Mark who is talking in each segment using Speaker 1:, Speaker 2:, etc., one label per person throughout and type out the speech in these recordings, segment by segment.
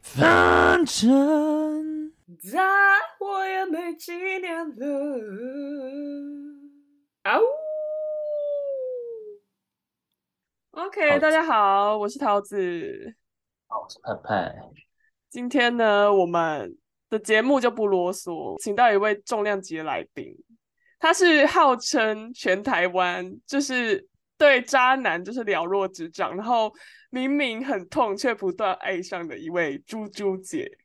Speaker 1: 反正
Speaker 2: 再活也没几年了。啊呜
Speaker 1: 好
Speaker 2: ！OK，大家好，我是桃子。
Speaker 1: 好，我是派派。
Speaker 2: 今天呢，我们的节目就不啰嗦，请到一位重量级的来宾，他是号称全台湾就是对渣男就是了若指掌，然后明明很痛却不断爱上的一位猪猪姐。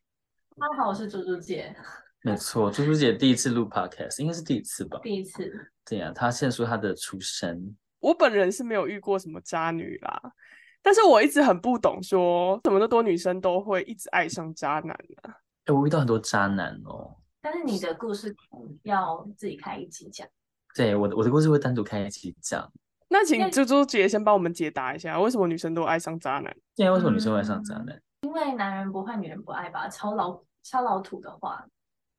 Speaker 3: 大家好，我是猪猪姐，
Speaker 1: 没错，猪猪姐第一次录 podcast，应该是第一次吧？
Speaker 3: 第一次
Speaker 1: 对呀、她献出她的出身。
Speaker 2: 我本人是没有遇过什么渣女啦，但是我一直很不懂说，怎么那么多女生都会一直爱上渣男啊呢、
Speaker 1: 哎，我遇到很多渣男哦。
Speaker 3: 但是你的故事要自己开一集讲，
Speaker 1: 对，我的我的故事会单独开一期讲。
Speaker 2: 那请
Speaker 3: 那
Speaker 2: 猪猪姐先帮我们解答一下，为什么女生都爱上渣男？
Speaker 1: 对啊，为什么女生会爱上渣
Speaker 2: 嗯
Speaker 1: 男？
Speaker 3: 因为男人不坏，女人不爱吧，超老超老土的话，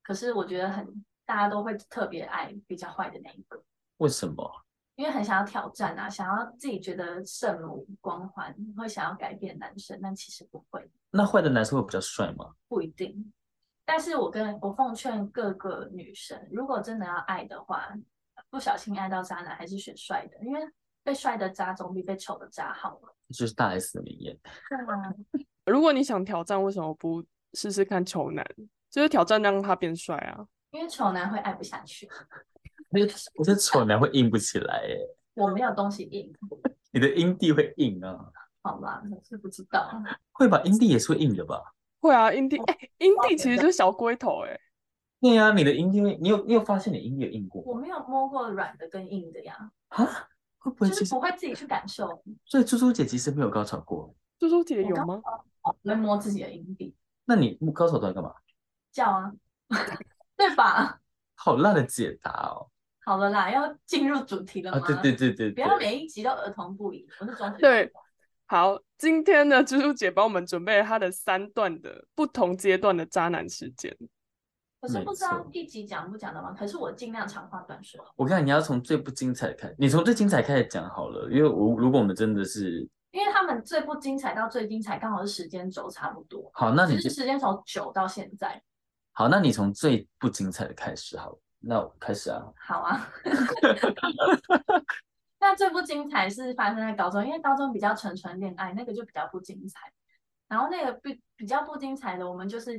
Speaker 3: 可是我觉得很大家都会特别爱比较坏的那一个，
Speaker 1: 为什么？
Speaker 3: 因为很想要挑战啊，想要自己觉得圣母光环，会想要改变男生，但其实不会，
Speaker 1: 那坏的男生会比较帅吗？
Speaker 3: 不一定。但是我跟我奉劝各个女生，如果真的要爱的话，不小心爱到渣男，还是选帅的，因为被帅的渣总比被丑的渣好嘛。
Speaker 1: 这就是大 S 的名言。
Speaker 3: 对啊，
Speaker 2: 如果你想挑战，为什么不试试看丑男？就是挑战让他变帅啊！
Speaker 3: 因为丑男会爱不下去，
Speaker 1: 那个我觉得丑男会硬不起来耶，
Speaker 3: 我没有东西硬，
Speaker 1: 你的阴蒂会硬啊，
Speaker 3: 好啦，我是不知道，
Speaker 1: 会吧？阴蒂也是会硬的吧？
Speaker 2: 会啊，阴蒂
Speaker 3: 哦
Speaker 2: 哎，阴
Speaker 3: 了
Speaker 2: 蒂
Speaker 3: 解
Speaker 2: 其实就是小龟头哎、
Speaker 1: 对呀、你的阴蒂会，你有你有发现你的阴蒂有硬过
Speaker 3: 我
Speaker 1: 吗？
Speaker 3: 没有摸过软的跟硬的呀，
Speaker 1: 啊？会不会
Speaker 3: 就
Speaker 1: 其
Speaker 3: 是
Speaker 1: 实
Speaker 3: 不会自己去感受，
Speaker 1: 所以猪猪姐其实没有高潮过？
Speaker 2: 猪猪姐
Speaker 3: 我
Speaker 2: 有
Speaker 3: 刚
Speaker 2: 吗？
Speaker 3: 会摸自己的硬币，
Speaker 1: 那你高潮都在干嘛？
Speaker 3: 叫啊， 对吧？
Speaker 1: 好烂的解答哦！
Speaker 3: 好了啦，要进入主题了
Speaker 1: 啊，
Speaker 3: 吗？
Speaker 1: 对对对对
Speaker 3: 不
Speaker 1: 对，
Speaker 3: 要每一集都儿童不宜，我是中
Speaker 2: 对，好，今天呢，猪猪姐帮我们准备了她的三段的不同阶段的渣男事件。
Speaker 3: 可是不知
Speaker 1: 没
Speaker 3: 道
Speaker 1: 错
Speaker 3: 一集讲不讲的吗？可是我尽量长话短说，
Speaker 1: 我看你要从最不精彩开，你从最精彩开始讲好了，因为我如果我们真的是
Speaker 3: 因为他们最不精彩到最精彩，刚好是时间轴差不多，
Speaker 1: 好，那你
Speaker 3: 就是
Speaker 1: 就
Speaker 3: 时间从九到现在，
Speaker 1: 好，那你从最不精彩的开始好了，那我开始啊，
Speaker 3: 好啊。 那最不精彩是发生在高中，因为高中比较纯纯恋爱，那个就比较不精彩。然后那个比比较不精彩的，我们就是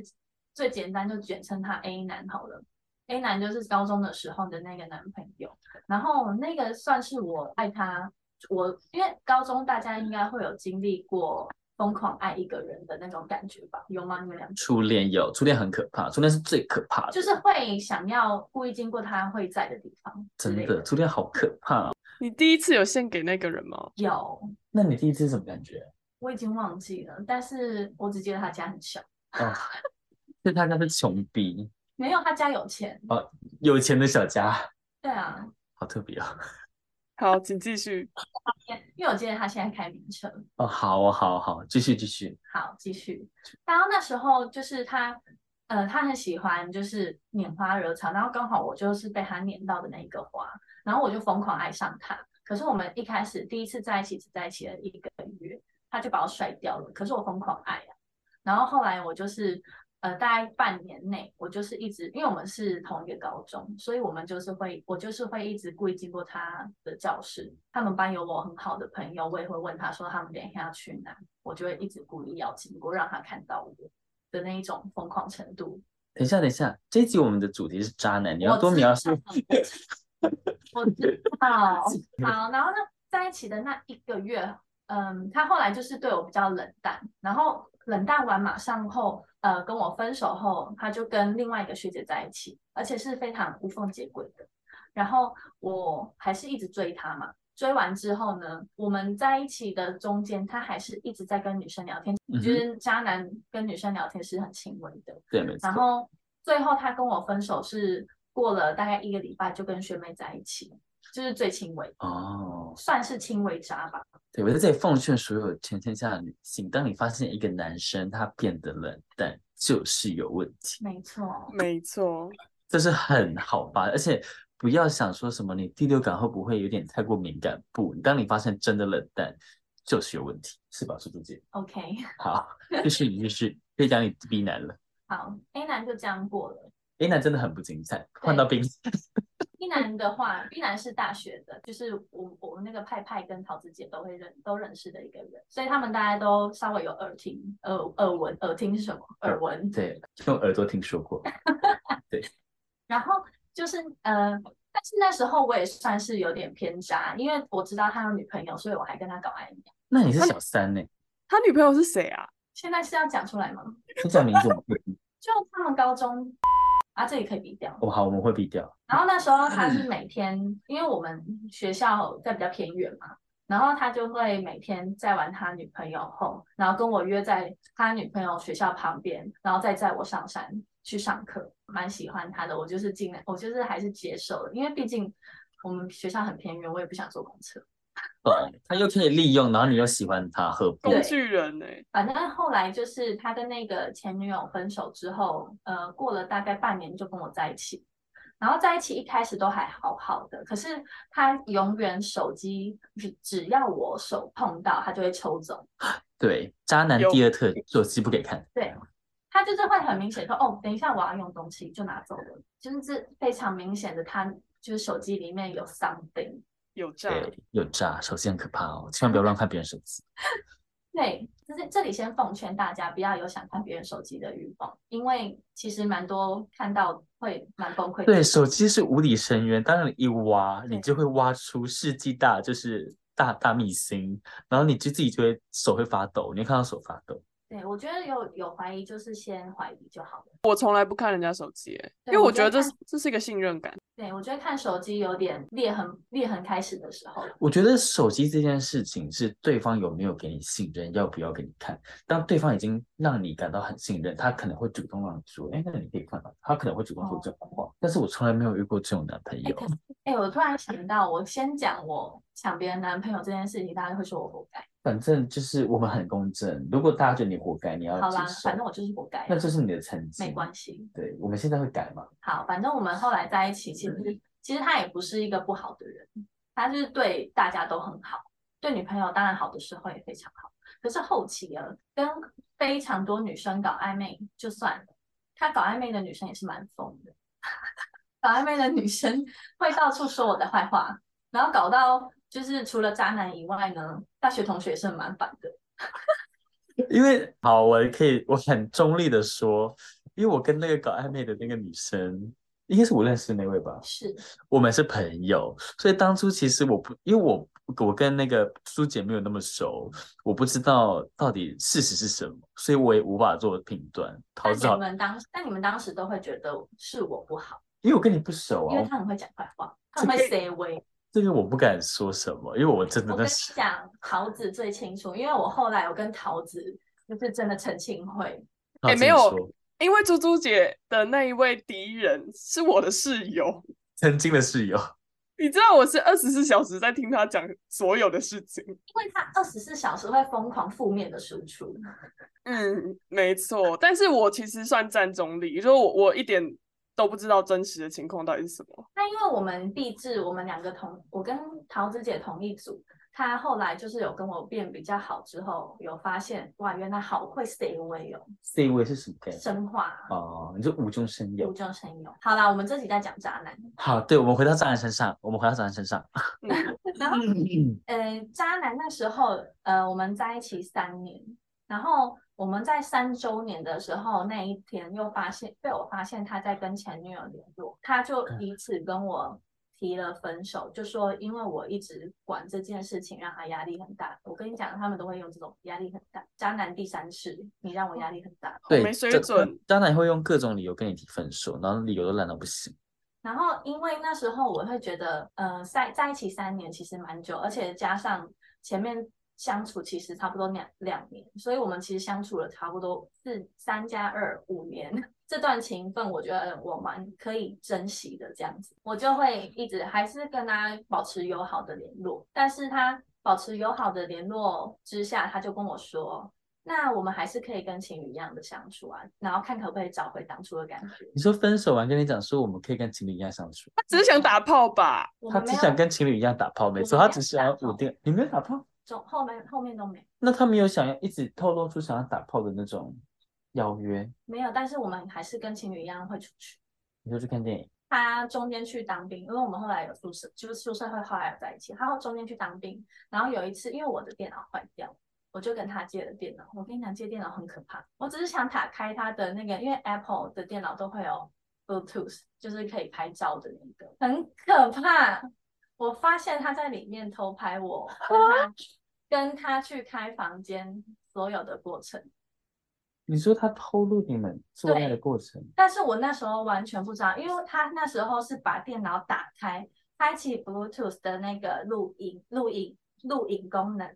Speaker 3: 最简单就简称他 A 男好了。A 男就是高中的时候的那个男朋友，然后那个算是我爱他，我因为高中大家应该会有经历过疯狂爱一个人的那种感觉吧？有吗？你们俩？
Speaker 1: 初恋有，初恋很可怕，初恋是最可怕的，
Speaker 3: 就是会想要故意经过他会在的地方之
Speaker 1: 真
Speaker 3: 类
Speaker 1: 的，初恋好可怕哦。
Speaker 2: 你第一次有献给那个人吗？
Speaker 3: 有，
Speaker 1: 那你第一次是什么感觉？
Speaker 3: 我已经忘记了，但是我只记得他家很小，
Speaker 1: 哦，是他家是穷逼，
Speaker 3: 没有他家有钱。
Speaker 1: 有钱的小家，
Speaker 3: 对啊，
Speaker 1: 好特别哦。
Speaker 2: 好，请继续。
Speaker 3: 因为我记得他现在开名车。
Speaker 1: 哦，好哦，好好，继续继续，
Speaker 3: 好，继续。然后那时候就是他，呃，他很喜欢就是拈花惹草，然后刚好我就是被他拈到的那一个花，然后我就疯狂爱上他。可是我们一开始第一次在一起只在一起了一个月，他就把我甩掉了。可是我疯狂爱啊，然后后来我就是。呃，大概半年内，我就是一直，因为我们是同一个高中，所以我们就是会，我就是会一直故意经过他的教室。他们班有我很好的朋友，我也会问他说他们等一下要去哪，我就会一直故意要经过，让他看到我的那一种疯狂程度。
Speaker 1: 等一下，等一下，这一集我们的主题是渣男，你要
Speaker 3: 我
Speaker 1: 多
Speaker 3: 知
Speaker 1: 描述。
Speaker 3: 我知道，好，然后呢，在一起的那一个月，嗯，他后来就是对我比较冷淡，然后冷淡完马上后，呃，跟我分手后，他就跟另外一个学姐在一起，而且是非常无缝接轨的。然后我还是一直追他嘛，追完之后呢，我们在一起的中间，他还是一直在跟女生聊天，
Speaker 1: 嗯
Speaker 3: 就
Speaker 1: 哼，
Speaker 3: 是渣男跟女生聊天是很轻微的。
Speaker 1: 对，没错
Speaker 3: 然。后最后他跟我分手是过了大概一个礼拜就跟学妹在一起，就是最轻微，
Speaker 1: 哦，
Speaker 3: 算是轻微渣吧。
Speaker 1: 对，我在这里奉劝所有全天下的女性，当你发现一个男生他变得冷淡，就是有问题，
Speaker 3: 没错，
Speaker 2: 没错，
Speaker 1: 这是很好吧？而且不要想说什么你第六感会不会有点太过敏感，不，当你发现真的冷淡，就是有问题，是吧，猪猪姐？
Speaker 3: ，OK，
Speaker 1: 好，继续，你继续。以讲你 B 男了
Speaker 3: 好，A 男就这样过了。
Speaker 1: ，A 男真的很不精彩，换到 B 男
Speaker 3: B 男的话，B 男是大学的，就是我我们那个派派跟桃子姐都会认都认识的一个人，所以他们大家都稍微有耳听耳耳闻，耳听是什么？耳闻。
Speaker 1: 对，用耳朵听说过，
Speaker 3: 然后就是呃，但是那时候我也算是有点偏渣，因为我知道他有女朋友，所以我还跟他搞暧昧。
Speaker 1: 那你是小三呢、
Speaker 2: 他女朋友是谁啊？
Speaker 3: 现在是要讲出来吗？
Speaker 1: 先讲名字我们会逼，
Speaker 3: 就他们高中啊，这里可以比掉。
Speaker 1: 哦好，我们会避掉。
Speaker 3: 然后那时候他是每天，因为我们学校在比较偏远嘛，然后他就会每天载完他女朋友后，然后跟我约在他女朋友学校旁边，然后再载我上山去上课。蛮喜欢他的，我就是尽量，我就是还是接受了，因为毕竟我们学校很偏远，我也不想坐公车。
Speaker 1: 哦，他又可以利用，然后你又喜欢他，何不？
Speaker 2: 工具人欸呢、
Speaker 3: 反正后来就是他跟那个前女友分手之后，呃，过了大概半年就跟我在一起，然后在一起一开始都还好好的，可是他永远手机只只要我手碰到，他就会抽走，
Speaker 1: 对，渣男
Speaker 2: 有
Speaker 1: 第二特点，手机不给看。
Speaker 3: 对他就是会很明显说，哦，等一下我要用东西就拿走了，就是这非常明显的他就是手机里面有 something，
Speaker 2: 有诈，
Speaker 1: 对，有渣，手机很可怕哦，千万不要乱看别人手机。
Speaker 3: 对，就是这里先奉劝大家不要有想看别人手机的欲望，因为其实蛮多看到会蛮崩溃的。
Speaker 1: 对，手机是无底深渊，当你一挖，
Speaker 3: 对
Speaker 1: 你就会挖出世纪大，就是大大秘辛，然后你就自己就会手会发抖，你会看到手发抖。
Speaker 3: 对，我觉得有有怀疑，就是先怀疑就好了。
Speaker 2: 我从来不看人家手机、欸，因
Speaker 3: 对
Speaker 2: 为
Speaker 3: 我
Speaker 2: 我
Speaker 3: 觉
Speaker 2: 觉得
Speaker 3: 得
Speaker 2: 这
Speaker 3: 看
Speaker 2: 是这是一个信任感。
Speaker 3: 对，我觉得看手机有点裂痕，裂痕开始的时候，
Speaker 1: 我觉得手机这件事情是对方有没有给你信任，要不要给你看。当对方已经让你感到很信任，他可能会主动让你说：“哎，那你可以看到。”他可能会主动说这种话，但是我从来没有遇过这种男朋友
Speaker 3: 可。哎，我突然想到，我先讲我抢别人男朋友这件事情，大家会说我活该。
Speaker 1: 反正就是我们很公正，如果大家觉得你活该，你要
Speaker 3: 好
Speaker 1: 接
Speaker 3: 啦，
Speaker 1: 受
Speaker 3: 反，正我就是活该
Speaker 1: 那
Speaker 3: 啊，
Speaker 1: 就是你的成绩。
Speaker 3: 没关系。
Speaker 1: 对，我们现在会改嘛？
Speaker 3: 好，反正我们后来在一起，其实其实他也不是一个不好的人，他就是对大家都很好，对女朋友当然好的时候也非常好。可是后期啊，跟非常多女生搞暧昧就算了，他搞暧昧的女生也是蛮疯的，搞暧昧的女生会到处说我的坏话，然后搞到就是除了渣男以外呢，大学同学也是很蛮烦的。
Speaker 1: 因为好，我可以我很中立的说，因为我跟那个搞暧昧的那个女生，应该是我认识的那位吧，
Speaker 3: 是，
Speaker 1: 我们是朋友，所以当初其实我不，因为我我跟那个苏姐没有那么熟，我不知道到底事实是什么，所以我也无法做评断。
Speaker 3: 那
Speaker 1: 桃子
Speaker 3: 你
Speaker 1: 好，
Speaker 3: 们当那你们当时都会觉得是我不好，
Speaker 1: 因为我跟你不熟
Speaker 3: 因为
Speaker 1: 啊，
Speaker 3: 他很会讲坏话，他很会 say 微。
Speaker 1: 这个我不敢说什么，因为我真的
Speaker 3: 我
Speaker 1: 那
Speaker 3: 跟你
Speaker 1: 是
Speaker 3: 讲，桃子最清楚，因为我后来我跟桃子就是真的澄清会，
Speaker 1: 桃
Speaker 2: 哎
Speaker 1: 子
Speaker 2: 没
Speaker 1: 你
Speaker 2: 有
Speaker 1: 说
Speaker 2: 因为猪猪姐的那一位敌人是我的室友，
Speaker 1: 曾经的室友，
Speaker 2: 你知道我是二十四小时在听他讲所有的事情。
Speaker 3: 因为他二十四小时会疯狂负面的输出，
Speaker 2: 嗯，没错，但是我其实算站中立，就是我我一点都不知道真实的情况到底是什么。
Speaker 3: 那因为我们毕制，我们两个同，我跟桃子姐同一组，她后来就是有跟我变比较好之后，有发现哇，原来好会 stay away 哦，
Speaker 1: 这一位是什么概念？
Speaker 3: 生化
Speaker 1: 哦，你就无中生
Speaker 3: 无
Speaker 1: 有。
Speaker 3: 中生有。哦好啦，我们这集在讲渣男，
Speaker 1: 好，对，我们回到渣男身上，我们回到渣男身 上。
Speaker 2: 嗯，
Speaker 3: 然后呃，渣男那时候，呃，我们在一起三年，然后我们在三周年的时候那一天又发现被我发现他在跟前女友联络，他就以此跟我提了分手，就说因为我一直管这件事情让他压力很大。我跟你讲，他们都会用这种压力很大，渣男第三世，你让我压力很大。
Speaker 1: 对，
Speaker 2: 没水
Speaker 1: 这呃嗯
Speaker 2: 准。
Speaker 1: 渣男会用各种理由跟你提分手，然后理由都烂到不行。
Speaker 3: 然后因为那时候我会觉得，呃，在在一起三年其实蛮久，而且加上前面相处其实差不多两两年，所以我们其实相处了差不多是三加二五年。 这段情分，我觉得我蛮可以珍惜的，这样子，我就会一直还是跟他保持友好的联络。但是他保持友好的联络之下，他就跟我说：“那我们还是可以跟情侣一样的相处啊，然后看可不可以找回当初的感觉。
Speaker 1: 你说分手完跟你讲说我们可以跟情侣一样相处，
Speaker 2: 他只是想打炮吧？”
Speaker 3: 我
Speaker 1: 他
Speaker 3: 们没
Speaker 1: 只
Speaker 3: 有
Speaker 1: 想跟情侣一样打炮，没
Speaker 3: 我
Speaker 1: 错，他
Speaker 3: 们没有
Speaker 1: 只想
Speaker 3: 打
Speaker 1: 要
Speaker 3: 炮
Speaker 1: 稳定。你没有打炮，
Speaker 3: 中后面后面都没有。
Speaker 1: 那他没有想要一直透露出想要打炮的那种邀约，
Speaker 3: 没有，但是我们还是跟情侣一样会出去。
Speaker 1: 你就去看电影。
Speaker 3: 他中间去当兵，因为我们后来有宿舍，就是宿舍会后来有在一起。他中间去当兵，然后有一次因为我的电脑坏掉，我就跟他借了电脑。我跟你讲，借电脑很可怕。我只是想打开他的那个，因为 Apple 的电脑都会有 Bluetooth，就是可以拍照的那个，很可怕。我发现他在里面偷拍我，跟他跟他去开房间所有的过程。
Speaker 1: 你说他偷录你们做爱的过程，
Speaker 3: 但是我那时候完全不知道，因为他那时候是把电脑打开，开启 Bluetooth 的那个录音、录影、录影功能，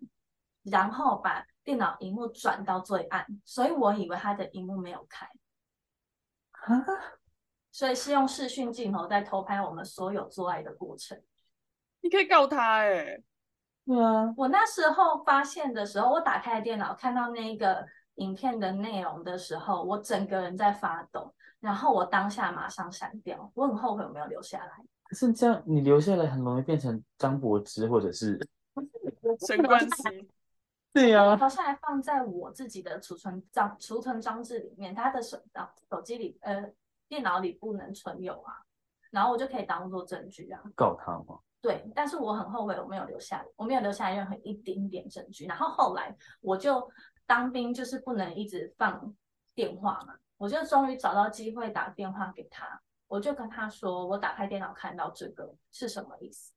Speaker 3: 然后把电脑荧幕转到最暗，所以我以为他的荧幕没有开，
Speaker 1: 啊，
Speaker 3: 所以是用视讯镜头在偷拍我们所有做爱的过程。
Speaker 2: 你可以告他哎、
Speaker 1: 对啊，
Speaker 3: 我那时候发现的时候，我打开电脑看到那个影片的内容的时候，我整个人在发抖，然后我当下马上删掉，我很后悔我没有留下来。
Speaker 1: 可是这样你留下来很容易变成张柏芝或者是
Speaker 2: 陈冠希，
Speaker 1: 对呀、
Speaker 3: 留下来放在我自己的储存装储存装置里面，他的手啊手机里呃电脑里不能存有啊，然后我就可以当做证据啊。
Speaker 1: 告他嘛。
Speaker 3: 对，但是我很后悔我没有留下，我没有留下任何一丁点证据。然后后来我就当兵，就是不能一直放电话嘛，我就终于找到机会打电话给他，我就跟他说我打开电脑看到这个是什么意思，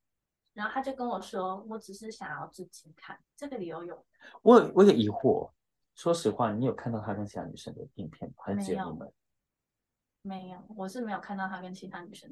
Speaker 3: 然后他就跟我说我只是想要自己看，这个理由有
Speaker 1: 我有我有个疑惑，说实话，你有看到他跟其他女生的影片吗？还是只
Speaker 3: 没
Speaker 1: 有
Speaker 3: 有
Speaker 1: 你们？
Speaker 3: 没有？我是没有看到他跟其他女生。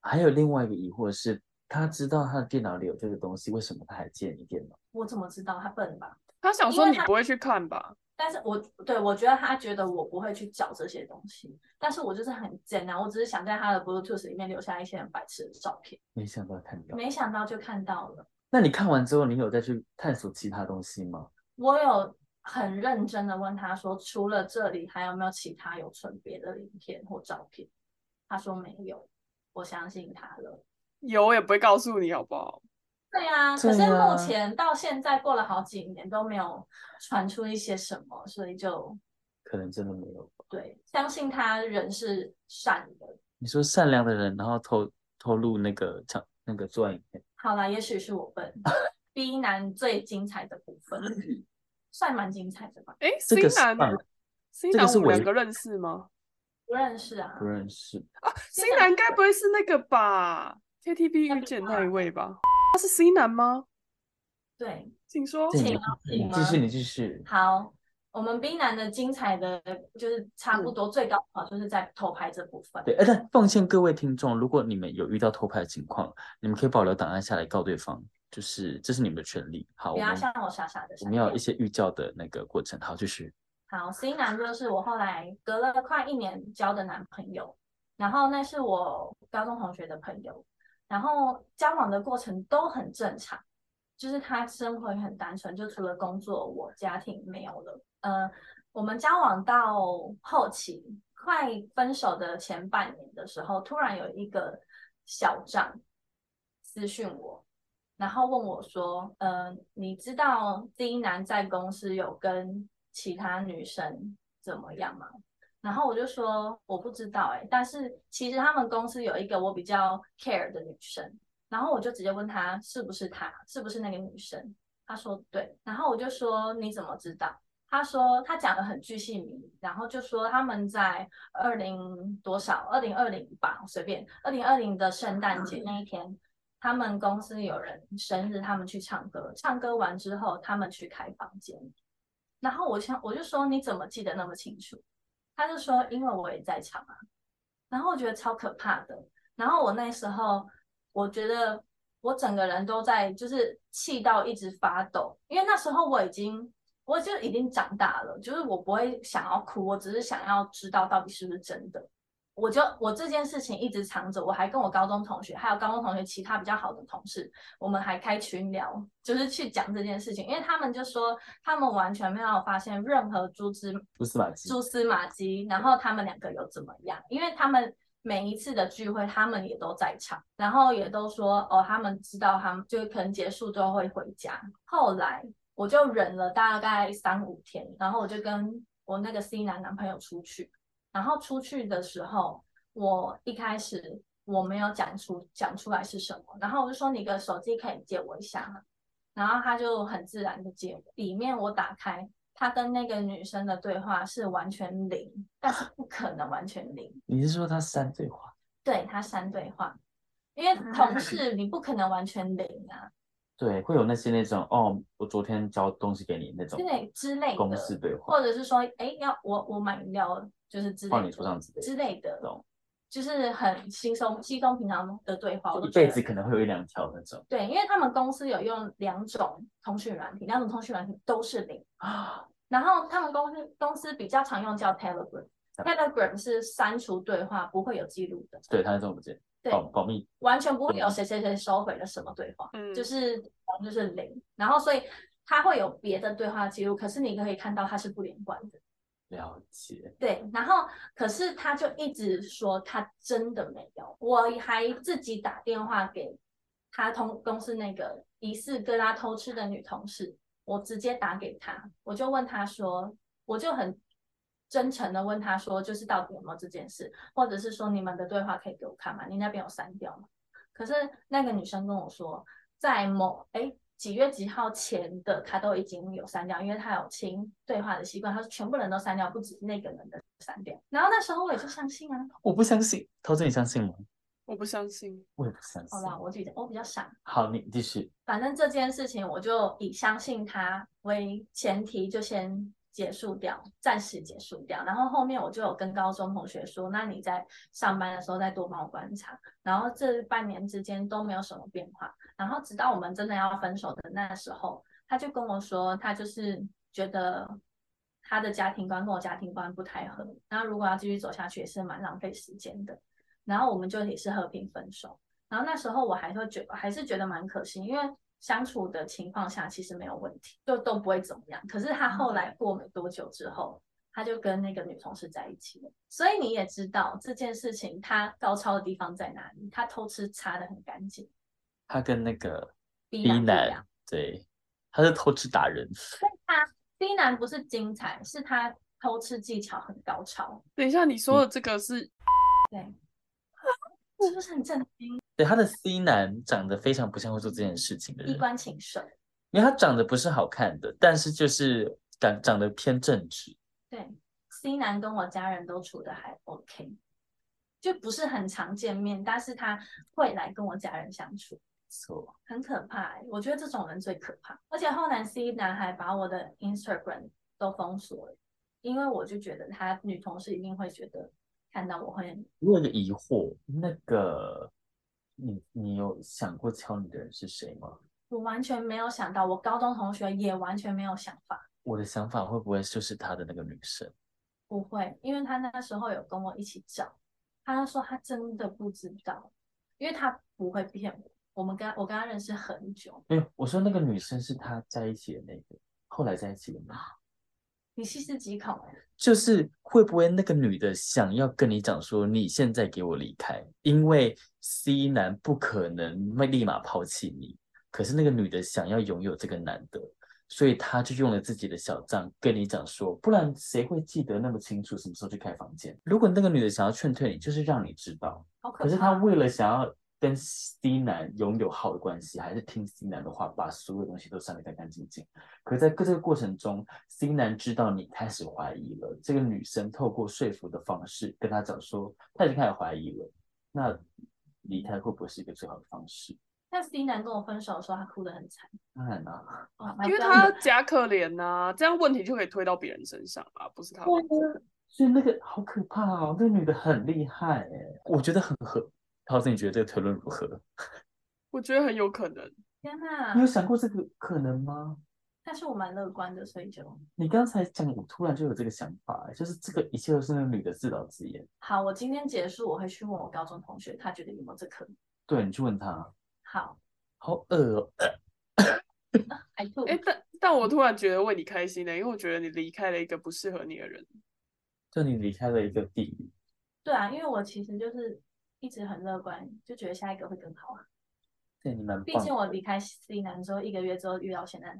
Speaker 1: 还有另外一个疑惑是，他知道他的电脑里有这个东西，为什么他还借你电脑？
Speaker 3: 我怎么知道他笨吧？
Speaker 2: 他想
Speaker 3: 因
Speaker 2: 说
Speaker 3: 为
Speaker 2: 你
Speaker 3: 他
Speaker 2: 不会去看吧？
Speaker 3: 但是我对我觉得他觉得我不会去找这些东西，但是我就是很简单，我只是想在他的 Bluetooth 里面留下一些很白痴的照片，
Speaker 1: 没想到看到。
Speaker 3: 没想到就看到了。
Speaker 1: 那你看完之后，你有再去探索其他东西吗？
Speaker 3: 我有很认真的问他说，除了这里还有没有其他有存别的影片或照片？他说没有，我相信他了。
Speaker 2: 有也不会告诉你好不好？
Speaker 3: 对啊，
Speaker 1: 对
Speaker 3: 可是
Speaker 1: 啊
Speaker 3: 目前到现在过了好几年都没有传出一些什么，所以就
Speaker 1: 可能真的没有。
Speaker 3: 对相信他人是善的。
Speaker 1: 你说善良的人，然后偷偷录那个唱那个作案影片，
Speaker 3: 好啦，也许是我 笨。B 男最精彩的部分，算蛮精彩的吧？
Speaker 2: 哎
Speaker 1: 这
Speaker 2: ，C
Speaker 1: 个是
Speaker 2: 男
Speaker 1: 算了
Speaker 2: ，C
Speaker 1: 这个
Speaker 2: 男
Speaker 1: 是
Speaker 2: 我
Speaker 1: 我
Speaker 2: 们两
Speaker 1: 一
Speaker 2: 个认识吗
Speaker 3: 不认识啊
Speaker 1: 不，认识。
Speaker 2: ？C 男该不会是那个吧？KTV 遇见那一位吧？他是 C 男吗？
Speaker 3: 对，
Speaker 2: 请说。
Speaker 1: 对
Speaker 3: 请
Speaker 1: 你
Speaker 3: 请
Speaker 1: 继续，
Speaker 3: 吗
Speaker 1: 你继续。
Speaker 3: 好，我们 B 男的精彩的就是差不多最高潮就是在偷拍这部分。
Speaker 1: 嗯对，哎而且奉劝各位听众，如果你们有遇到偷拍的情况，你们可以保留档案下来告对方，就是这是你们的权利。好，
Speaker 3: 不
Speaker 1: 我
Speaker 3: 要
Speaker 1: 们
Speaker 3: 像我傻傻的
Speaker 1: 我
Speaker 3: 闪
Speaker 1: 们要有
Speaker 3: 掉
Speaker 1: 一。些寓教的那个过程。好，继续。
Speaker 3: 好，C 男就是我后来隔了快一年交的男朋友，然后那是我高中同学的朋友，然后交往的过程都很正常，就是他生活也很单纯，就除了工作，我家庭没有了。呃，我们交往到后期，快分手的前半年的时候，突然有一个小账私讯我，然后问我说：“呃，你知道第一男在公司有跟其他女生怎么样吗？”然后我就说我不知道哎、但是其实他们公司有一个我比较 care 的女生，然后我就直接问他是不是她，是不是那个女生？他说对，然后我就说你怎么知道？他说他讲的很具细迷，然后就说他们在二零多少，二零二零吧，随便，二零二零的圣诞节那一天，他们公司有人生日，他们去唱歌，唱歌完之后他们去开房间，然后我想我就说你怎么记得那么清楚？他就说因为我也在场啊，然后我觉得超可怕的，然后我那时候我觉得我整个人都在就是气到一直发抖，因为那时候我已经我就已经长大了，就是我不会想要哭，我只是想要知道到底是不是真的。我就我这件事情一直藏着，我还跟我高中同学，还有高中同学其他比较好的同事，我们还开群聊，就是去讲这件事情，因为他们就说他们完全没有发现任何蛛丝
Speaker 1: 蛛丝马迹。
Speaker 3: 蛛丝马迹，然后他们两个又怎么样？因为他们每一次的聚会，他们也都在场，然后也都说哦，他们知道他们就可能结束之后会回家。后来我就忍了大概三五天，然后我就跟我那个 C 男男朋友出去，然后出去的时候，我一开始我没有讲出讲出来是什么，然后我就说你的手机可以借我一下吗？然后他就很自然的借我，里面我打开他跟那个女生的对话是完全零，但是不可能完全零，
Speaker 1: 你是说他删对话？
Speaker 3: 对他删对话，因
Speaker 1: 啊
Speaker 3: 为同事你不可能完全零啊，
Speaker 1: 对，会有那些那种哦，我昨天交东西给你那种
Speaker 3: 对之类
Speaker 1: 公
Speaker 3: 的，
Speaker 1: 式对话，
Speaker 3: 或者是说，哎，要我我买饮料了，就是之
Speaker 1: 放
Speaker 3: 类
Speaker 1: 你桌
Speaker 3: 的
Speaker 1: 上之类的
Speaker 3: 之类的
Speaker 1: 懂，
Speaker 3: 就是很轻松、稀松平常的对话，我
Speaker 1: 就
Speaker 3: 都
Speaker 1: 一
Speaker 3: 觉
Speaker 1: 辈
Speaker 3: 得
Speaker 1: 子可能会有一两条那种
Speaker 3: 对，因为他们公司有用两种通讯软体，两种通讯软体都是零。
Speaker 1: 啊，
Speaker 3: 然后他们公司公司比较常用叫 Telegram，Telegram 是删除对话，不会有记录的，
Speaker 1: 对，他是这么讲，
Speaker 3: 对，
Speaker 1: 保保密
Speaker 3: 完全不会有
Speaker 1: 嗯
Speaker 3: 谁谁谁收回了什么对话，
Speaker 2: 嗯，
Speaker 3: 就是就是零。然后所以它会有别的对话记录，可是你可以看到它是不连贯的。
Speaker 1: 了解，
Speaker 3: 对，然后可是他就一直说他真的没有，我还自己打电话给他同公司那个疑似跟他偷吃的女同事，我直接打给他，我就问他说，我就很真诚的问他说，就是到底有没有这件事，或者是说你们的对话可以给我看吗？你那边有删掉吗？可是那个女生跟我说，在某哎几月几号前的，她都已经有删掉，因为她有清对话的习惯，她说全部人都删掉，不止那个人的删掉。然后那时候我也就相信啊，
Speaker 1: 我不相信，桃子你相信吗？
Speaker 2: 我不相信，
Speaker 1: 我也不相信
Speaker 3: 好。吧，我比较我比较傻，
Speaker 1: 好，你继续。
Speaker 3: 反正这件事情我就以相信他为前提，就先结束掉，暂时结束掉。然后后面我就有跟高中同学说，那你在上班的时候再多帮我观察。然后这半年之间都没有什么变化。然后直到我们真的要分手的那时候，他就跟我说，他就是觉得他的家庭观跟我家庭观不太合，那如果要继续走下去也是蛮浪费时间的。然后我们就也是和平分手。然后那时候我还会觉，还是觉得蛮可惜，因为相处的情况下其实没有问题，就都不会怎么样。可是他后来过没多久之后，他就跟那个女同事在一起了。所以你也知道这件事情，他高超的地方在哪里？他偷吃擦的很干净，
Speaker 1: 他跟那个
Speaker 3: 逼
Speaker 1: B
Speaker 3: 男逼
Speaker 1: 男
Speaker 3: 男，
Speaker 1: 对，他是偷吃打人，
Speaker 3: 逼男不是精彩，是他偷吃技巧很高超，
Speaker 2: 等一下你说的这个是
Speaker 3: 是不是很正？
Speaker 1: 对，他的 C 男长得非常不像会做这件事情的
Speaker 3: 衣
Speaker 1: 人，
Speaker 3: 冠禽兽，
Speaker 1: 因为他长得不是好看的，但是就是长长得偏正直，
Speaker 3: 对，C 男跟我家人都处的还 OK，就不是很常见面，但是他会来跟我家人相处。
Speaker 1: 错，
Speaker 3: 很可怕、欸，我觉得这种人最可怕。而且后来 C 男孩把我的 Instagram 都封锁了，因为我就觉得他女同事一定会觉得看到我会，
Speaker 1: 我有个疑惑，那个你你有想过敲你的人是谁吗？
Speaker 3: 我完全没有想到，我高中同学也完全没有想法，
Speaker 1: 我的想法会不会就是他的那个女生？
Speaker 3: 不会，因为他那时候有跟我一起找，他就说他真的不知道，因为他不会骗我。我们跟我跟他认识很久，
Speaker 1: 没有，我说那个女生是他在一起的那个，后来在一起的吗？
Speaker 3: 你细思极恐哎、
Speaker 1: 就是会不会那个女的想要跟你讲说，你现在给我离开，因为 C 男不可能会立马抛弃你。可是那个女的想要拥有这个男的，所以她就用了自己的小账跟你讲说，不然谁会记得那么清楚什么时候去开房间？如果那个女的想要劝退你，就是让你知道。
Speaker 3: 好
Speaker 1: 可
Speaker 3: 可
Speaker 1: 是
Speaker 3: 怕哦
Speaker 1: 她。为了想要跟 C 男拥有好的关系，还是听 C 男的话，把所有东西都删得干干净净。可在这个过程中，C 男知道你开始怀疑了，这个女生透过说服的方式跟他讲说，他已经开始怀疑了，那离开会不会是一个最好的方式？
Speaker 3: 那 C 男跟我分手的时候，他哭得很惨，
Speaker 1: 当然啦、
Speaker 3: Oh my
Speaker 2: 因为
Speaker 3: God
Speaker 2: 他假可怜呐、这样问题就可以推到别人身上啊，不是他们。
Speaker 1: 所以那个好可怕哦，那个女的很厉害哎、我觉得很合。桃子，你觉得这个推论如何？
Speaker 2: 我觉得很有可能，
Speaker 3: 天哪
Speaker 1: 你！有想过这个可能吗？
Speaker 3: 但是我蛮乐观的，所以就
Speaker 1: 你刚才讲，我突然就有这个想法、就是这个一切都是那个女的自导自演。
Speaker 3: 好。我今天结束，我会去问我高中同学，他觉得有没有这可能。
Speaker 1: 对，你去问她，
Speaker 3: 好，
Speaker 1: 好恶哦。
Speaker 3: I do。
Speaker 2: 哎、但但我突然觉得为你开心呢、因为我觉得你离开了一个不适合你的人。
Speaker 1: 就你离开了一个地狱。
Speaker 3: 对啊，因为我其实就是一直很乐观，就觉得下一个会更好啊。
Speaker 1: 对，你蛮
Speaker 3: 毕
Speaker 1: 棒的
Speaker 3: 竟我离开 C 男之后，一个月之后遇到现在，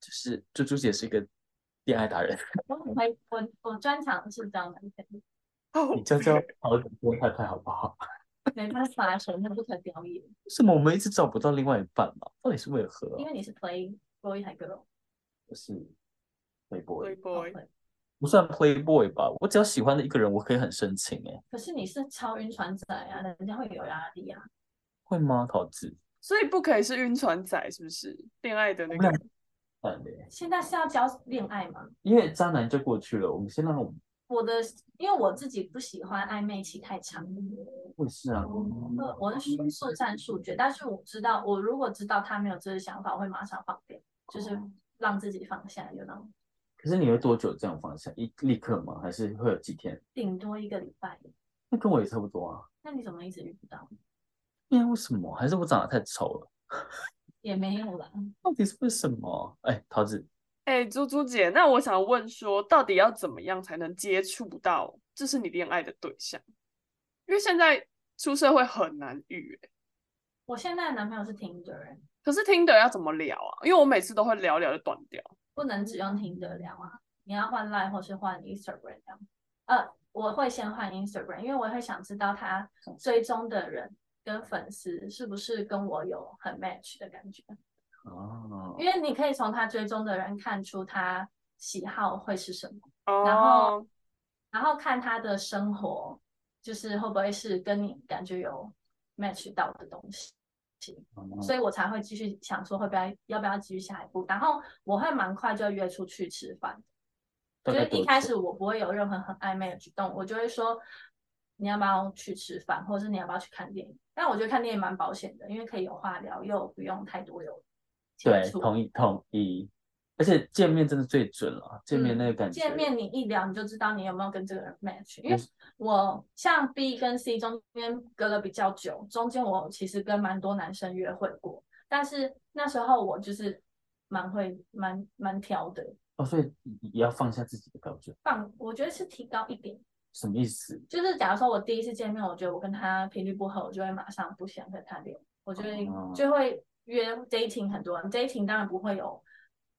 Speaker 1: 就是猪猪姐是一个恋爱达人，
Speaker 3: 我很会，我我专长是当男生，
Speaker 1: 你教教好点多太太好不好？
Speaker 3: 没办法，手面不可表演，
Speaker 1: 为什么我们一直找不到另外一半呢、到底是为何啊、
Speaker 3: 因为你是 play boy 还 girl，
Speaker 1: 我是 playboy，
Speaker 2: Playboy，
Speaker 1: 不算 playboy 吧？我只要喜欢的一个人，我可以很深情哎、
Speaker 3: 可是你是超晕船仔啊，人家会有压力啊。
Speaker 1: 会吗？桃子，
Speaker 2: 所以不可以是晕船仔，是不是？恋爱的那
Speaker 1: 我们
Speaker 2: 个
Speaker 1: 俩算了耶，
Speaker 3: 现在是要教恋爱吗？
Speaker 1: 欸因为渣男就过去了，我们先让我们
Speaker 3: 我的，因为我自己不喜欢暧昧期太长，
Speaker 1: 会是啊，
Speaker 3: 我我是速战速决，但是我知道，我如果知道他没有这个想法，我会马上放掉，就是让自己放下，有那种
Speaker 1: 可是你会多久这样放下？一立刻吗？还是会有几天？
Speaker 3: 顶多一个礼拜。
Speaker 1: 那跟我也差不多啊。
Speaker 3: 那你怎么一直遇不到？
Speaker 1: 因为为什么？还是我长得太丑了？
Speaker 3: 也没有啦，
Speaker 1: 到底是为什么？哎，桃子，
Speaker 2: 哎、猪猪姐，那我想问说，到底要怎么样才能接触到这是你恋爱的对象？因为现在出社会很难遇、欸，
Speaker 3: 我现在的男朋友是 Tinder，
Speaker 2: 可是听的要怎么聊啊？因为我每次都会聊聊就断掉。
Speaker 3: 不能只用 Tinder 聊啊，你要换 Line 或是换 Instagram 聊。呃，我会先换 Instagram，因为我会想知道他追踪的人跟粉丝是不是跟我有很 match 的感觉。
Speaker 1: 哦，
Speaker 3: 因为你可以从他追踪的人看出他喜好会是什么，然后
Speaker 2: 哦，
Speaker 3: 然后看他的生活，就是会不会是跟你感觉有 match 到的东西，
Speaker 1: 哦
Speaker 3: 所以我才会继续想说会不会要不要继续下一步，然后我会蛮快就约出去吃饭，
Speaker 1: 大
Speaker 3: 就
Speaker 1: 概
Speaker 3: 是
Speaker 1: 多
Speaker 3: 一开
Speaker 1: 久
Speaker 3: 始我不会有任何很暧昧的举动，我就会说你要不要去吃饭，或者是你要不要去看电影，但我觉得看电影蛮保险的，因为可以有话聊，又不用太多有接
Speaker 1: 对，
Speaker 3: 触
Speaker 1: 同意同意，而且见面真的最准了，见面那个感觉，
Speaker 3: 嗯见面你一聊，你就知道你有没有跟这个人 match。因为
Speaker 1: 嗯
Speaker 3: 我像 B 跟 C 中间隔了比较久，中间我其实跟蛮多男生约会过，但是那时候我就是蛮会蛮蛮挑的，
Speaker 1: 哦，所以也也要放下自己的标准，
Speaker 3: 放我觉得是提高一点。
Speaker 1: 什么意思？
Speaker 3: 就是假如说我第一次见面，我觉得我跟他频率不合，我就会马上不想跟他聊，我就会
Speaker 1: 哦
Speaker 3: 就会约 dating 很多人，dating 当然不会有。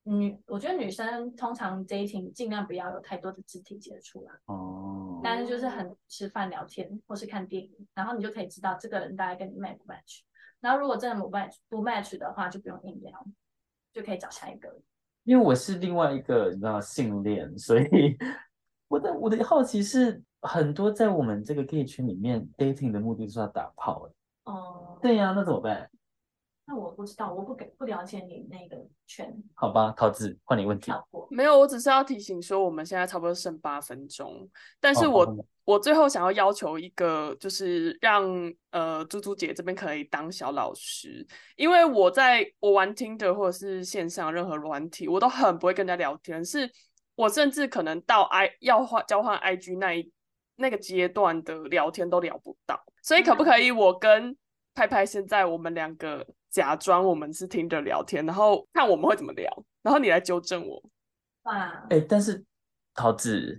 Speaker 3: 女，我觉得女生通常 dating 尽量不要有太多的肢体接触啦，
Speaker 1: 哦，
Speaker 3: 但是就是很吃饭聊天或是看电影，然后你就可以知道这个人大概跟你 match 不 match。然后如果真的不 match 不 match 的话，就不用硬聊，就可以找下一个。
Speaker 1: 因为我是另外一个你知道性恋，所以我的我的好奇是，很多在我们这个 gay 圈里面 dating 的目的是要打炮，欸
Speaker 3: 哦、
Speaker 1: 对呀、那怎么办？
Speaker 3: 那我不知道，我不给不了解你那个圈，
Speaker 1: 好吧，桃子换你问题，
Speaker 3: 跳过。
Speaker 2: 没有，我只是要提醒说，我们现在差不多剩八分钟，但是
Speaker 1: 哦
Speaker 2: 我、
Speaker 1: 八分钟
Speaker 2: 我最后想要要求一个，就是让呃猪猪姐这边可以当小老师，因为我在我玩 Tinder 或者是线上任何软体，我都很不会跟人家聊天，是我甚至可能到 I 要换交换 IG 那一那个阶段的聊天都聊不到，所以可不可以我跟拍拍现在我们两个假装我们是 Tinder 聊天，然后看我们会怎么聊，然后你来纠正我。
Speaker 3: 哇，
Speaker 1: 哎，但是桃子，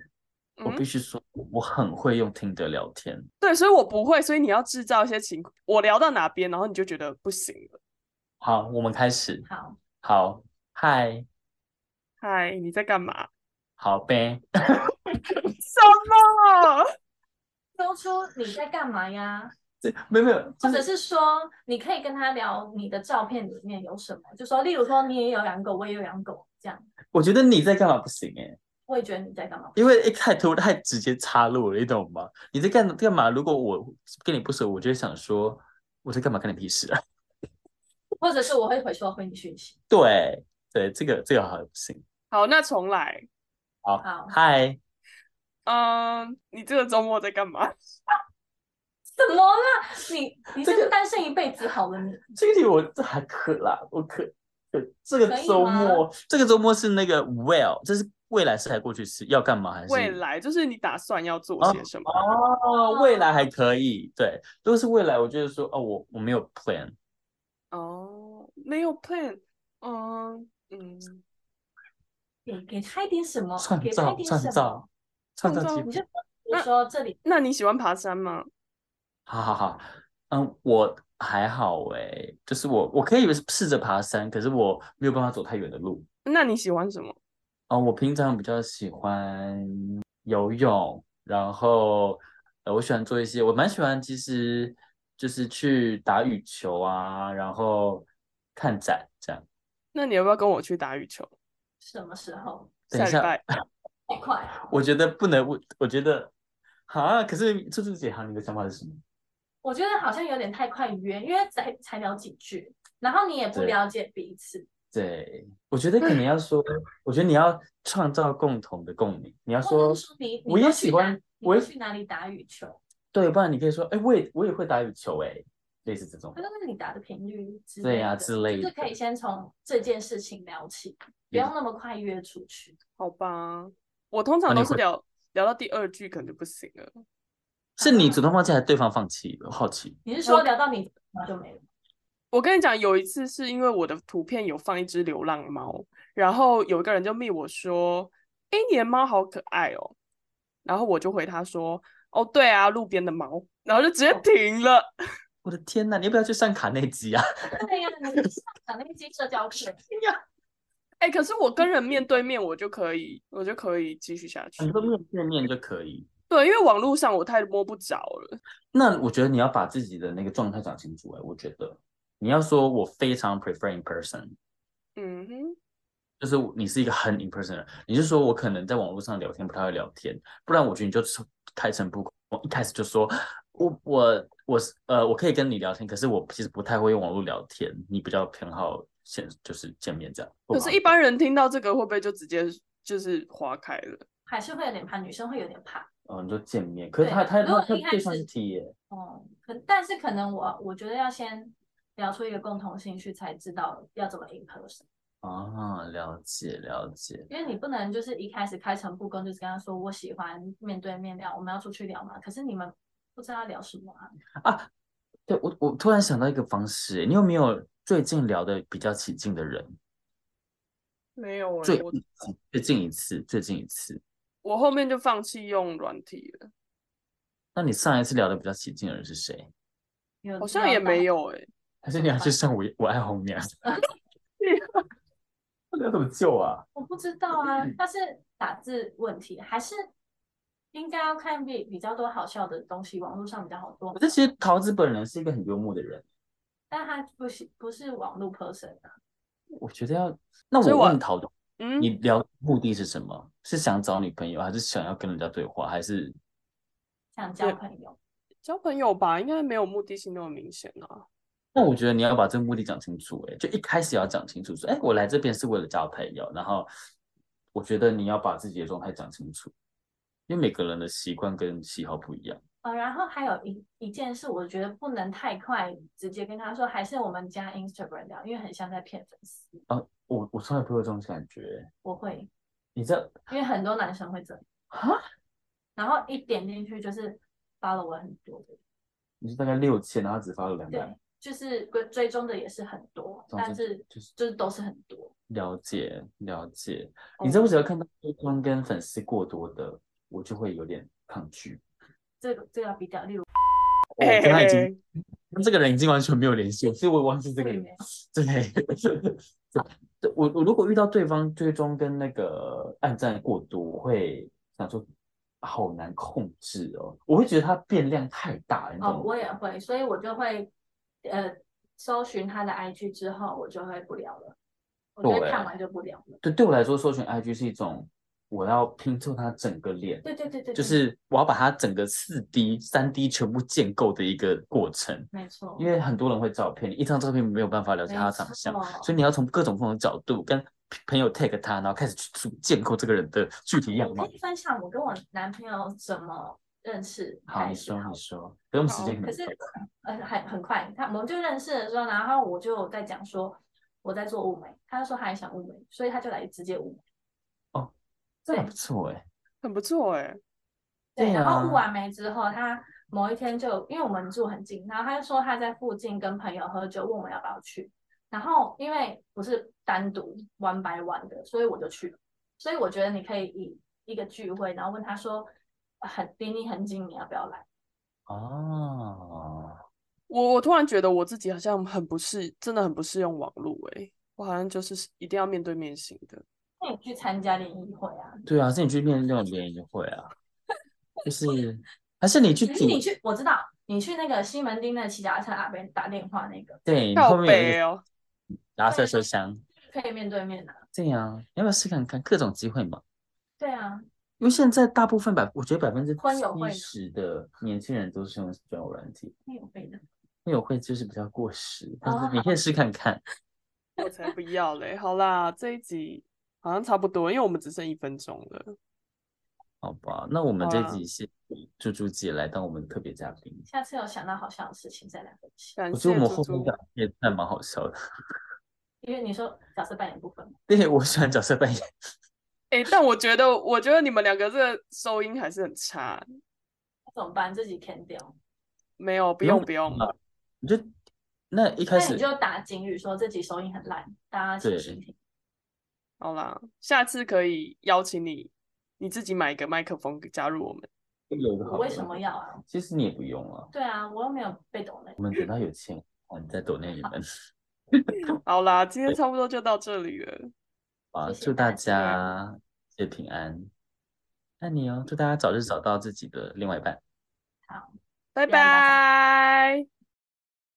Speaker 1: 我
Speaker 2: 嗯
Speaker 1: 必须说，我很会用听的聊天，
Speaker 2: 对，所以我不会，所以你要制造一些情，我聊到哪边，然后你就觉得不行了。
Speaker 1: 好，我们开始，
Speaker 3: 好，
Speaker 1: 好，嗨，
Speaker 2: 嗨，你在干嘛？
Speaker 1: 好呗。
Speaker 2: 什么？
Speaker 3: 说出你在干嘛呀？
Speaker 1: 这 没有没有，
Speaker 3: 或
Speaker 1: 就
Speaker 3: 者
Speaker 1: 是
Speaker 3: 是说，你可以跟他聊你的照片里面有什么，就说，例如说你也有养狗，我也有养狗，这样，
Speaker 1: 我觉得你在干嘛不行哎、
Speaker 3: 我也觉得你在干嘛？
Speaker 1: 因为一太突太直接插入了，你懂吗？你在干干嘛？如果我跟你不熟，我就会想说我在干嘛，干你屁事啊？
Speaker 3: 或者是我会回说回你讯息。
Speaker 1: 对对，这个这个好像不行。
Speaker 2: 好，那重来。
Speaker 1: 好，
Speaker 3: 好，
Speaker 1: 嗨，
Speaker 2: 嗯，你这个周末在干嘛？
Speaker 3: 怎么啦？你你
Speaker 1: 这
Speaker 3: 是
Speaker 1: 个
Speaker 3: 单身一辈子好了你，
Speaker 1: 这个题我这还可啦，我可可这个
Speaker 3: 可以
Speaker 1: 周
Speaker 3: 吗
Speaker 1: 末，这个周末是那个 well，这是未来式还过去式？要干嘛还是啊
Speaker 2: 未来就是你打算要做些什么？
Speaker 1: 哦，
Speaker 3: 嗯
Speaker 1: 未来还可以，对，如果是未来，我就是说哦，我我没有 plan，
Speaker 2: 哦，没有 plan。嗯嗯，
Speaker 3: 给给他一点什么，
Speaker 1: 创
Speaker 3: 给他
Speaker 1: 造
Speaker 3: 一点
Speaker 1: 创
Speaker 3: 什么
Speaker 1: 造。创
Speaker 2: 创
Speaker 1: 造机
Speaker 2: 造
Speaker 3: 你
Speaker 1: 会
Speaker 3: 就。我说这里
Speaker 2: 那你喜欢爬山吗？
Speaker 1: 好好好，嗯，我还好诶，就是我我可以试着爬山，可是我没有办法走太远的路。
Speaker 2: 那你喜欢什么？
Speaker 1: 哦，我平常比较喜欢游泳，然后呃，我喜欢做一些，我蛮喜欢，其实就是去打羽球啊，然后看展这样。
Speaker 2: 那你要不要跟我去打羽球？
Speaker 3: 什么时候？啊
Speaker 1: 等一
Speaker 2: 下
Speaker 1: 下，
Speaker 2: 礼拜
Speaker 3: 太快，
Speaker 1: 我觉得不能，我我觉得啊，可是兔兔姐，哈，你的想法是什么？
Speaker 3: 我觉得好像有点太快约，因为才才聊几句，然后你也不
Speaker 1: 对
Speaker 3: 了解彼此，
Speaker 1: 对，我觉得可能要说，我觉得你要创造共同的共鸣，你要
Speaker 3: 或者
Speaker 1: 说
Speaker 3: 是说你，你
Speaker 1: 我也
Speaker 3: 都
Speaker 1: 喜
Speaker 3: 去哪
Speaker 1: 欢
Speaker 3: 你
Speaker 1: 我
Speaker 3: 都
Speaker 1: 也
Speaker 3: 去哪里打羽球？
Speaker 1: 对，不然你可以说，哎，我也我也会打羽球，哎，类似这种
Speaker 3: 那，就是你打的频率之
Speaker 1: 对
Speaker 3: 类
Speaker 1: 啊
Speaker 3: 的
Speaker 1: 之类
Speaker 3: 就是可以
Speaker 1: 的
Speaker 3: 先从这件事情聊起，不
Speaker 1: 也
Speaker 3: 要那么快约出去。
Speaker 2: 好吧，我通常
Speaker 1: 哦那你
Speaker 2: 都是
Speaker 1: 会
Speaker 2: 聊聊到第二句可能就不行了。
Speaker 1: 是你主动放弃还是对方放弃？我好奇。
Speaker 3: 你是
Speaker 2: 我
Speaker 3: 说聊到你然后就没了？
Speaker 2: 我跟你讲，有一次是因为我的图片有放一只流浪猫，然后有一个人就密我说：“诶，你的猫好可爱哦。”然后我就回他说：“哦，对啊，路边的猫。”然后就直接停了。
Speaker 1: 我的天呐，你要不要去上卡内基啊？
Speaker 3: 对呀、你上讲那一些社交 课，
Speaker 2: 诶，可是我跟人面对面，我就可以，我就可以继续下去
Speaker 1: 你。说面对面就可以。
Speaker 2: 对，因为网络上我太摸不着了。
Speaker 1: 那我觉得你要把自己的那个状态讲清楚、欸。我觉得你要说我非常 prefer in person，
Speaker 2: 嗯哼，
Speaker 1: 就是你是一个很 in person 的人，你就说我可能在网络上聊天不太会聊天，不然我觉得你就从开诚布公，我一开始就说我我我是呃我可以跟你聊天，可是我其实不太会用网络聊天，你比较偏好现就是见面这样。
Speaker 2: 可是，一般人听到这个会不会就直接就是划开了？
Speaker 3: 还是会有点怕，女生会有点怕。
Speaker 1: 嗯、你就见面，可是
Speaker 3: 对
Speaker 1: 他他
Speaker 3: 如果
Speaker 1: 他他
Speaker 3: 一开
Speaker 1: 对象是
Speaker 3: 始
Speaker 1: T 耶，
Speaker 3: 哦、可但是可能我我觉得要先聊出一个共同兴趣，才知道要怎么 in person。
Speaker 1: 啊，了解了解。
Speaker 3: 因为你不能就是一开始开诚布公，就是跟他说我喜欢面对面聊，我们要出去聊嘛。可是你们不知道聊什么啊？
Speaker 1: 啊，对，我我突然想到一个方式，你有没有最近聊的比较起劲的人？
Speaker 2: 没有诶，
Speaker 1: 最
Speaker 2: 我
Speaker 1: 最近一次，最近一次。
Speaker 2: 我后面就放弃用软体了，
Speaker 1: 那你上一次聊的比较起劲的人是谁？
Speaker 3: 有
Speaker 2: 好像也没
Speaker 3: 有
Speaker 2: 有诶。欸
Speaker 1: 还是你要去上我我爱红 娘？这要怎么救啊？
Speaker 3: 聊到，我不知道啊。但是打字问题还是应该要看比比较多好笑的东西，网络上比较好多
Speaker 1: 可。是其实桃子本人是一个很幽默的人，
Speaker 3: 但他不是不是网络 person 啊，
Speaker 1: 我觉得要。那
Speaker 2: 所以
Speaker 1: 我
Speaker 2: 我
Speaker 1: 问桃子，
Speaker 2: 嗯，
Speaker 1: 你聊的目的是什么？是想找女朋友，还是想要跟人家对话，还是
Speaker 3: 想交朋友。
Speaker 2: 交朋友吧，应该没有目的性那么明显
Speaker 1: 哦
Speaker 2: 啊。
Speaker 1: 那我觉得你要把这个目的讲清楚、欸，就一开始要讲清楚，说，哎，我来这边是为了交朋友，然后我觉得你要把自己的状态讲清楚，因为每个人的习惯跟喜好不一样。
Speaker 3: 呃，然后还有一一件事，我觉得不能太快直接跟他说，还是我们加 Instagram 聊，因为很像在骗粉丝。
Speaker 1: 我我从来不会有这种感觉欸，
Speaker 3: 我会，
Speaker 1: 你这
Speaker 3: 因为很多男生会这样。
Speaker 1: 啊，
Speaker 3: 然后一点进去就是 follow 我很多的，
Speaker 1: 你是大概六千，然后只发了两百
Speaker 3: 对，，就是追追踪的也是很多，
Speaker 1: 总
Speaker 3: 但
Speaker 1: 之
Speaker 3: 是
Speaker 1: 就是
Speaker 3: 就是都是很多。
Speaker 1: 了解了解。
Speaker 2: 哦
Speaker 1: 你知道我只要看到对方跟粉丝过多的，我就会有点抗拒。哦
Speaker 3: 这个这个要比较，例如
Speaker 1: 我跟他已
Speaker 2: 哎
Speaker 1: 经跟这个人已经完全没有联系了，所以我忘记这个
Speaker 3: 对
Speaker 1: 人
Speaker 3: 没。
Speaker 1: 对， 对我我如果遇到对方追踪跟那个暗赞过多，我会想说好难控制哦，我会觉得他变量太大了，你
Speaker 3: 哦，
Speaker 1: 懂吗？
Speaker 3: 我也会，所以我就会呃搜寻他的 IG 之后，我就会不聊了，我就会
Speaker 1: 对
Speaker 3: 看完就不聊了。
Speaker 1: 对，对我来说，搜寻 IG 是一种我要拼凑他整个脸，
Speaker 3: 对对对对，
Speaker 1: 就
Speaker 3: 对
Speaker 1: 是我要把他整个四 D、三 D 全部建构的一个过程。
Speaker 3: 没错，
Speaker 1: 因为很多人会照片，你一张照片没有办法了解他的长相
Speaker 3: 没，
Speaker 1: 所
Speaker 3: 错
Speaker 1: 以你要从各种不同的角度跟朋友 tag 他，然后开始去组建构这个人的具体样
Speaker 3: 我
Speaker 1: 貌
Speaker 3: 可。以哎分享我跟我男朋友怎么认识
Speaker 1: 好，
Speaker 3: 开
Speaker 1: 你
Speaker 3: 始
Speaker 1: 说
Speaker 3: 好
Speaker 1: 你
Speaker 3: 了
Speaker 1: 说，不用时间
Speaker 3: 可是呃很很快，他我们就认识的时候，然后我就有在讲说我在做雾眉，他就说他也想雾眉，所以他就来直接雾眉。
Speaker 1: 哦这还不错哎，
Speaker 2: 很不错哎、
Speaker 1: 对
Speaker 3: 然后
Speaker 1: 啊
Speaker 3: 雾完眉之后，他某一天就因为我们住很近，然后他就说他在附近跟朋友喝酒，问我要不要去。然后因为不是单独 one by one 的，所以我就去了。所以我觉得你可以以一个聚会，然后问他说呃很离你很近，你要不要来？
Speaker 1: 哦，
Speaker 2: 我我突然觉得我自己好像很不适，真的很不适用网络哎、我好像就是一定要面对面型的。
Speaker 3: 那你去参加联谊会啊？
Speaker 1: 对啊，是你去面那种联谊会啊，就是还是你去
Speaker 3: 可
Speaker 1: 组
Speaker 3: 是，你去，我知道你去那个西门町的骑脚踏车阿伯打电话那个，
Speaker 1: 对，你
Speaker 2: 靠
Speaker 1: 后面有一
Speaker 2: 北
Speaker 1: 个
Speaker 2: 哦，
Speaker 1: 拉塞车厢，
Speaker 3: 可以面对面的、啊。
Speaker 1: 这样你要不要试看看各种机会嘛？
Speaker 3: 对啊，
Speaker 1: 因为现在大部分百，我觉得百分之
Speaker 3: 婚友会
Speaker 1: 七十的年轻人都是用交友软体，
Speaker 3: 你有背的。
Speaker 1: 那友会就是比较过时，但
Speaker 3: 哦
Speaker 1: 是你可以试看看。
Speaker 2: 我才不要嘞！好啦，这一集好像差不多，因为我们只剩一分钟了。
Speaker 1: 好吧，那我们
Speaker 2: 好
Speaker 1: 这
Speaker 2: 啦
Speaker 1: 集是猪猪姐来当我们特别嘉宾，
Speaker 3: 下次有想到好笑的事情再来分析，
Speaker 2: 感
Speaker 1: 我觉得
Speaker 2: 谢
Speaker 1: 我们
Speaker 2: 猪
Speaker 1: 后面
Speaker 2: 猪，
Speaker 1: 两也还蛮好笑的。
Speaker 3: 因为你说角色扮演部分嘛，
Speaker 1: 对，我喜欢角色扮演，
Speaker 2: 哎、但我觉得，我觉得你们两个这个收音还是很差。
Speaker 3: 那怎么办？自己填掉，
Speaker 2: 没有，不
Speaker 1: 不
Speaker 2: 用
Speaker 1: 用
Speaker 2: 不用，
Speaker 1: 啊你就那一
Speaker 3: 那
Speaker 1: 开
Speaker 3: 你
Speaker 1: 始
Speaker 3: 就打警语说自己收音很烂，大家请
Speaker 1: 对
Speaker 3: 听听。
Speaker 2: 好啦，下次可以邀请你，你自己买一个麦克风加入我们。
Speaker 1: 有一个
Speaker 3: 我
Speaker 1: 好
Speaker 3: 为
Speaker 1: 的
Speaker 3: 什么
Speaker 1: 问题
Speaker 3: 要啊？
Speaker 1: 其实你也不用了，
Speaker 3: 对啊，我又没有被懂的
Speaker 1: 我。们等到有钱，我们再抖那你们。
Speaker 2: 好啦，今天差不多就到这里了，
Speaker 1: 啊，
Speaker 3: 谢谢
Speaker 1: 祝大
Speaker 3: 大家
Speaker 1: 家一切平安，爱你哦！祝大家早日找到自己的另外一半。
Speaker 2: 拜
Speaker 3: 不要打
Speaker 2: 拜。